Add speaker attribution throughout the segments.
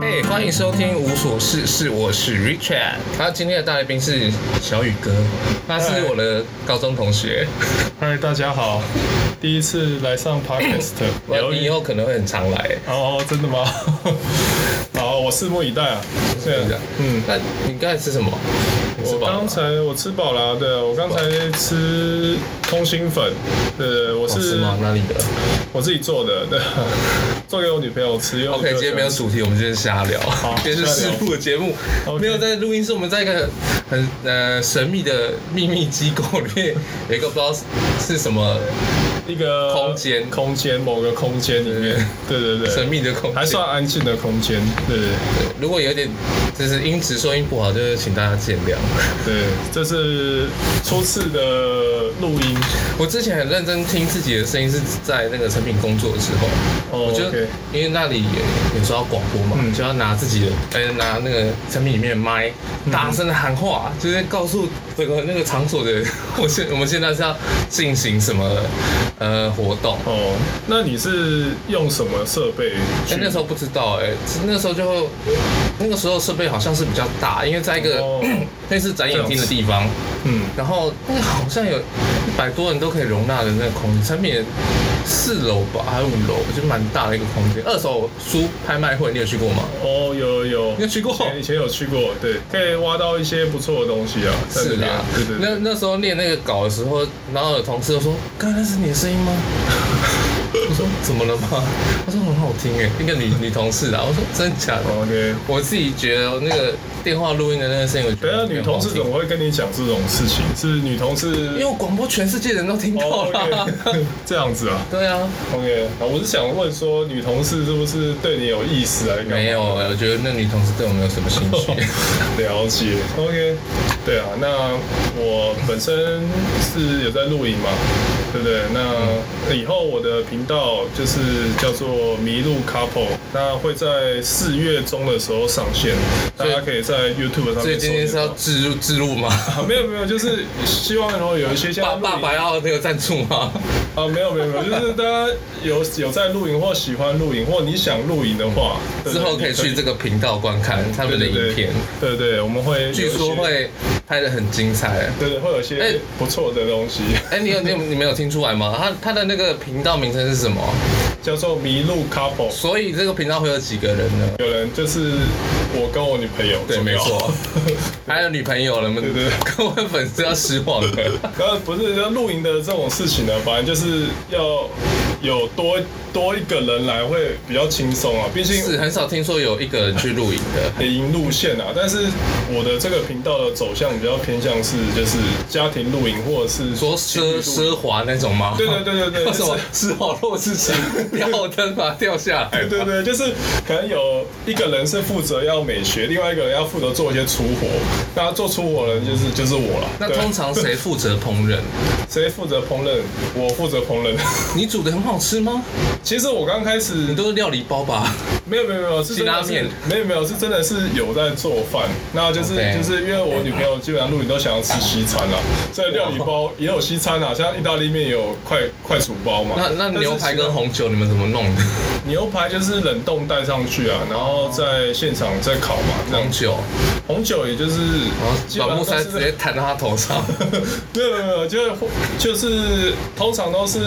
Speaker 1: 嘿，欢迎收听无所事事，我是 Richard。他今天的大来宾是小宇哥，他是我的高中同学。
Speaker 2: 嗨，大家好，第一次来上 podcast，
Speaker 1: 我
Speaker 2: 疗
Speaker 1: 你以哦
Speaker 2: 愈。
Speaker 1: 后可能会很常来。
Speaker 2: 哦，真的吗？ 好，我拭目以待啊。对啊，
Speaker 1: 嗯，那你刚才吃什么？你吃
Speaker 2: 我
Speaker 1: 饱了
Speaker 2: 刚
Speaker 1: 吗
Speaker 2: 才我吃饱了，对啊，我刚才吃通心粉，对，我
Speaker 1: 哦是
Speaker 2: 是
Speaker 1: 吗？哪里的
Speaker 2: 我自己做的，对啊， 做给我女朋友吃。因为我
Speaker 1: ？OK，
Speaker 2: 女朋友
Speaker 1: 今天没有
Speaker 2: 喜
Speaker 1: 主题，我们今天瞎聊，今天是
Speaker 2: 瞎
Speaker 1: 师
Speaker 2: 聊
Speaker 1: 傅的节目，
Speaker 2: OK
Speaker 1: 没有在录音室，我们在一个很呃神秘的秘密机构里 面，有一个不知道是什么
Speaker 2: 欢一个
Speaker 1: 空间
Speaker 2: 空间某个空间里面，对对
Speaker 1: 神
Speaker 2: 对，
Speaker 1: 秘的空间，
Speaker 2: 还算安静的空间，对对
Speaker 1: 如果有点就是音质收音不好，就是请大家见谅。
Speaker 2: 对，这是初次的录音。
Speaker 1: 我之前很认真听自己的声音，是在那个成品工作的时候，
Speaker 2: 哦
Speaker 1: 我就
Speaker 2: OK
Speaker 1: 因为那里也有时候要广播嘛，
Speaker 2: 嗯
Speaker 1: 就要拿自己的，呃，拿那个产品里面的麦，大声的喊话，就是告诉整个那个场所的人，我现我们现在是要进行什么呃活动。
Speaker 2: 哦，那你是用什么设备
Speaker 1: 哎、
Speaker 2: 去？
Speaker 1: 那时候不知道哎、其实那时候就那个时候设备好像是比较大，因为在一个、
Speaker 2: 哦
Speaker 1: 类似展演厅的地方，
Speaker 2: 嗯，
Speaker 1: 然后那个好像有一百多人都可以容纳的那个空间，产品四楼吧，还是五楼，就蛮大的一个空间。二手书拍卖会你有去过吗？
Speaker 2: 哦，有有，
Speaker 1: 你有去过
Speaker 2: 以前以前有去过，对，可以挖到一些不错的东西啊，在那
Speaker 1: 是
Speaker 2: 边
Speaker 1: 啊，
Speaker 2: 对对
Speaker 1: 那
Speaker 2: 对，
Speaker 1: 那时候练那个稿的时候，然后有同事就说：“刚才那是你的声音吗？” 我说：“怎么了吗？”他说：“很好听诶，一个 女女同事啊。”我说：“真的假的？”
Speaker 2: 哦 OK。
Speaker 1: 我自己觉得那个电话录音的那个声音，我觉
Speaker 2: 等一
Speaker 1: 得
Speaker 2: 啊下，女同事
Speaker 1: 很好听
Speaker 2: 怎么会跟你讲这种事情？是女同事
Speaker 1: 因为我广播全世界人都听到
Speaker 2: 哦
Speaker 1: 了。
Speaker 2: ，OK，这 样子啊
Speaker 1: 对啊，
Speaker 2: ，OK。好，我是想问说，女同事是不是对你有意思啊？
Speaker 1: 没有，我觉得那女同事对我没有什么兴 趣。
Speaker 2: 了解，OK，对啊，那我本身是有在录影嘛，对不对？那以后我的频道就是叫做迷路 couple，那会在四月中的时候上线，大
Speaker 1: 以
Speaker 2: 家可以在 YouTube 上面搜寻到。
Speaker 1: 所以今天是要置入置入吗？
Speaker 2: 啊没有没有，就是希望然后有一些像
Speaker 1: 爸
Speaker 2: 录影
Speaker 1: 爸爸要那个赞助吗？
Speaker 2: 啊，没有没有没有，就是大家有有在录影或喜欢录影，或你想录影的话，对
Speaker 1: 之后可以去这个频道观看他们的影片，，
Speaker 2: 对对对对对，我们会有一些
Speaker 1: 据说会拍的很精彩。
Speaker 2: 对对，会有一
Speaker 1: 哎
Speaker 2: 些不错的东西，
Speaker 1: 哎、你有你有你没有听出来吗？他他的那个频道名称是什么？
Speaker 2: 叫做迷路 couple。
Speaker 1: 所以这个频道会有几个人呢？
Speaker 2: 有人就是我跟我女朋友，
Speaker 1: 对，
Speaker 2: 主要
Speaker 1: 没 错。， 还有女朋友了吗？
Speaker 2: 对对
Speaker 1: 各位粉丝要失 望了。
Speaker 2: 呃，不是，就露营的这种事情呢，反正就是要有多多一个人来会比较轻松啊，毕竟
Speaker 1: 是很少听说有一个人去露营的。
Speaker 2: 野营路线啊。但是我的这个频道的走向比较偏向是就是家庭露营或者是
Speaker 1: 说
Speaker 2: 情侣露
Speaker 1: 奢
Speaker 2: 营
Speaker 1: 奢华那种吗？
Speaker 2: 对对对对对
Speaker 1: 为什么
Speaker 2: 就是
Speaker 1: 施华洛世 奇吊灯把它掉下来？
Speaker 2: 对对，就是可能有一个人是负责要美学，另外一个人要负责做一些粗活。那做粗活的人就是就是我了。
Speaker 1: 那
Speaker 2: 对
Speaker 1: 通常谁负责烹 饪？
Speaker 2: 谁负责烹饪？我负责烹饪。
Speaker 1: 你煮的很好吃吗？
Speaker 2: 其实我刚开始
Speaker 1: 你都是料理包吧？
Speaker 2: 没有没有没有是真的
Speaker 1: 辛
Speaker 2: 是
Speaker 1: 拉面
Speaker 2: 没有没有是真的是有在做饭。那就是
Speaker 1: OK
Speaker 2: 就是因为我女朋友基本上露营都想要吃西餐啦，所以料理包也有西餐啊，像意大利面也有快快煮包嘛。
Speaker 1: 那那
Speaker 2: 但是
Speaker 1: 牛排
Speaker 2: 其他
Speaker 1: 跟红酒你们怎么弄的？
Speaker 2: 牛排就是冷冻带上去啊，然后在现场再烤嘛，这样
Speaker 1: 红酒，
Speaker 2: 红酒也就是
Speaker 1: 然后
Speaker 2: 哦基本
Speaker 1: 软哦
Speaker 2: 上
Speaker 1: 木
Speaker 2: 都
Speaker 1: 塞
Speaker 2: 是
Speaker 1: 直接弹到他头上。
Speaker 2: 没有没有没有，就是就是通常都是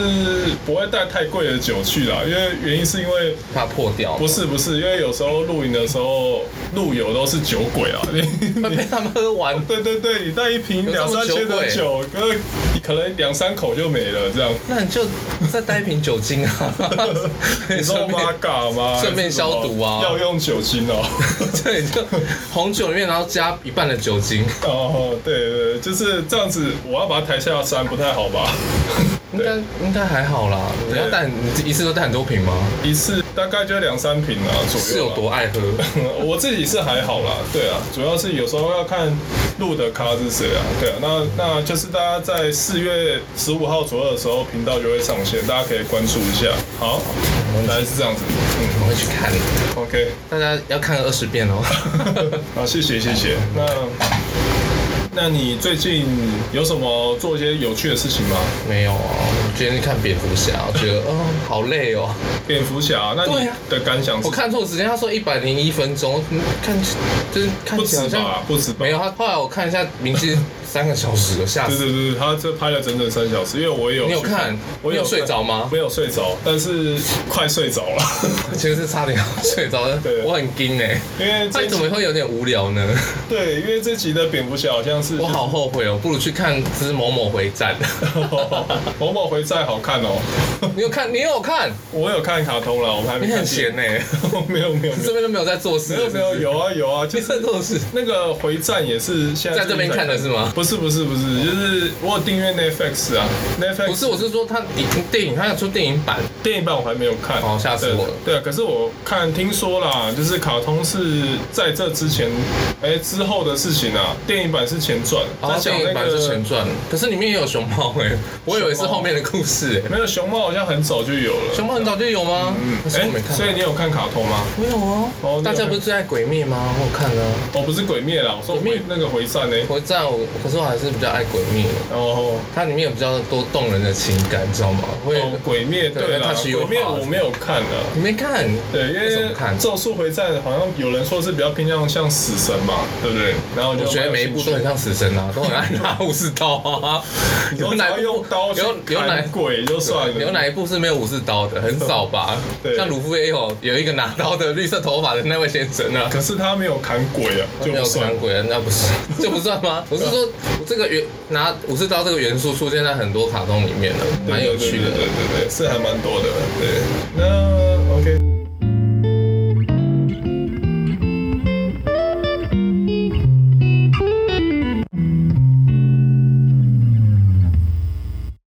Speaker 2: 不会带太贵的酒去啦，因为原因是因为
Speaker 1: 怕破掉，
Speaker 2: 不是不是，因为有时候露营的时候路友都是酒鬼啊， 你
Speaker 1: 会被他们喝 完。
Speaker 2: 对对对，你带一瓶两三千的酒，可是你可能两三口就没了这样。
Speaker 1: 那你就再带一瓶酒精啊，
Speaker 2: 你说
Speaker 1: 顺便
Speaker 2: 妈嘎吗？
Speaker 1: 顺便消毒啊
Speaker 2: 要用酒精哦。
Speaker 1: 对，就红酒里面然后加一半的酒精，
Speaker 2: 哦，对对，就是这样子。我要把它抬下山，不太好吧？
Speaker 1: 应该应该还好啦。你要带你一次都带很多瓶吗？
Speaker 2: 一次大概就两三瓶啊左右啊。
Speaker 1: 是有多爱喝？
Speaker 2: 嗯 我自己是还好啦，对啊，主要是有时候要看录的咖是谁啊，对啊，那那就是大家在四月十五号左右的时候，频道就会上线，大家可以关注一下。好，大概是这样子，嗯
Speaker 1: 我会去看，
Speaker 2: ，OK，
Speaker 1: 大家要看二十遍哦。
Speaker 2: 好，谢谢谢谢。那那你最近有什么做一些有趣的事情吗？
Speaker 1: 没有啊，我今天去看蝙蝠侠，我觉得哦好累哦。
Speaker 2: 蝙蝠侠，那
Speaker 1: 对
Speaker 2: 你
Speaker 1: 啊
Speaker 2: 的感想是？
Speaker 1: 我看错时间，他说一百零一分钟，嗯看起就是看
Speaker 2: 不
Speaker 1: 起
Speaker 2: 止
Speaker 1: 来好像
Speaker 2: 吧，不止吧
Speaker 1: 没。有。他后来我看一下明细，三个小时，吓
Speaker 2: 对
Speaker 1: 死。
Speaker 2: 对对，他这拍了整整三小时，因为我也有
Speaker 1: 你有
Speaker 2: 去
Speaker 1: 看？
Speaker 2: 我
Speaker 1: 你
Speaker 2: 有
Speaker 1: 有睡
Speaker 2: 看
Speaker 1: 着吗？
Speaker 2: 没有睡着，但是快睡着了，
Speaker 1: 其实是差点要睡着了
Speaker 2: 对，
Speaker 1: 我很惊哎。
Speaker 2: 因为
Speaker 1: 那
Speaker 2: 这
Speaker 1: 你
Speaker 2: 一
Speaker 1: 怎
Speaker 2: 集
Speaker 1: 么会有点无聊呢？
Speaker 2: 对，因为这集的蝙蝠侠好像是。
Speaker 1: 我好后悔哦，不如去看《之某某回战》
Speaker 2: 某某回寨好看哦，
Speaker 1: 你有看？你有看？
Speaker 2: 我有看卡通了，我们还没
Speaker 1: 你
Speaker 2: 看
Speaker 1: 很
Speaker 2: 电
Speaker 1: 闲
Speaker 2: 影，
Speaker 1: 呢、
Speaker 2: 没有没有没
Speaker 1: 这
Speaker 2: 有
Speaker 1: 边都没有在做事。
Speaker 2: 没有没有有啊有啊，就
Speaker 1: 你
Speaker 2: 是
Speaker 1: 在做事。
Speaker 2: 那个回战也是现在
Speaker 1: 在这边看的是吗
Speaker 2: 不是不是不是，就是我有订阅 Netflix 啊，Netflix
Speaker 1: 不是，我是说他电影，他有出电影版，
Speaker 2: 电影版我还没有看，
Speaker 1: 哦吓死我了
Speaker 2: 对对啊，可是我看听说啦，就是卡通是在这之前，哎、之后的事情啊，电影版是前传，
Speaker 1: 然后
Speaker 2: 在讲
Speaker 1: 哦电
Speaker 2: 那
Speaker 1: 影版是前
Speaker 2: 个。
Speaker 1: 传，可是里面也有熊猫哎、我以为是后面的故事哎、
Speaker 2: 没有熊猫好像很早就有了，哎
Speaker 1: 熊猫很早就有吗？嗯，可是我没看。
Speaker 2: 所以你有看卡通吗？
Speaker 1: 我有啊。
Speaker 2: 哦你有看
Speaker 1: 大家不是最爱鬼灭吗？我看了、啊。
Speaker 2: 哦，不是鬼灭啦，我说
Speaker 1: 鬼灭
Speaker 2: 回那个回战呢、
Speaker 1: 我这样，我可是我还是比较爱鬼灭，
Speaker 2: 哦，
Speaker 1: 它里面有比较多动人的情感，你知道吗？会
Speaker 2: 哦，鬼灭
Speaker 1: 对
Speaker 2: 对
Speaker 1: 它
Speaker 2: 啦，
Speaker 1: 是
Speaker 2: 鬼
Speaker 1: 有
Speaker 2: 灭
Speaker 1: 画的
Speaker 2: 我没有看啊。
Speaker 1: 你没看？
Speaker 2: 对，因
Speaker 1: 为什
Speaker 2: 为
Speaker 1: 么看
Speaker 2: 《咒术回战》好像有人说是比较偏向像死神嘛，对不对？然后我就
Speaker 1: 我觉得每一部都很像死神啊，都很爱拿武士刀 啊。
Speaker 2: 有
Speaker 1: 哪
Speaker 2: 哪
Speaker 1: 一
Speaker 2: 用
Speaker 1: 部
Speaker 2: 刀去
Speaker 1: 有有哪
Speaker 2: 砍鬼就算了，
Speaker 1: 有哪一部是没有武士刀的？很少吧。
Speaker 2: 对
Speaker 1: 像鲁夫也有有一个拿刀的绿色头发的那位先生啊，
Speaker 2: 可是他没有砍鬼啊，就
Speaker 1: 没有
Speaker 2: 不算
Speaker 1: 看。鬼啊，那不是就不算 吗？我是说这个元拿武士刀这个元素出现在很多卡通里面了，
Speaker 2: 对
Speaker 1: 蛮有趣的
Speaker 2: 对。对对对对，是还蛮多的，对。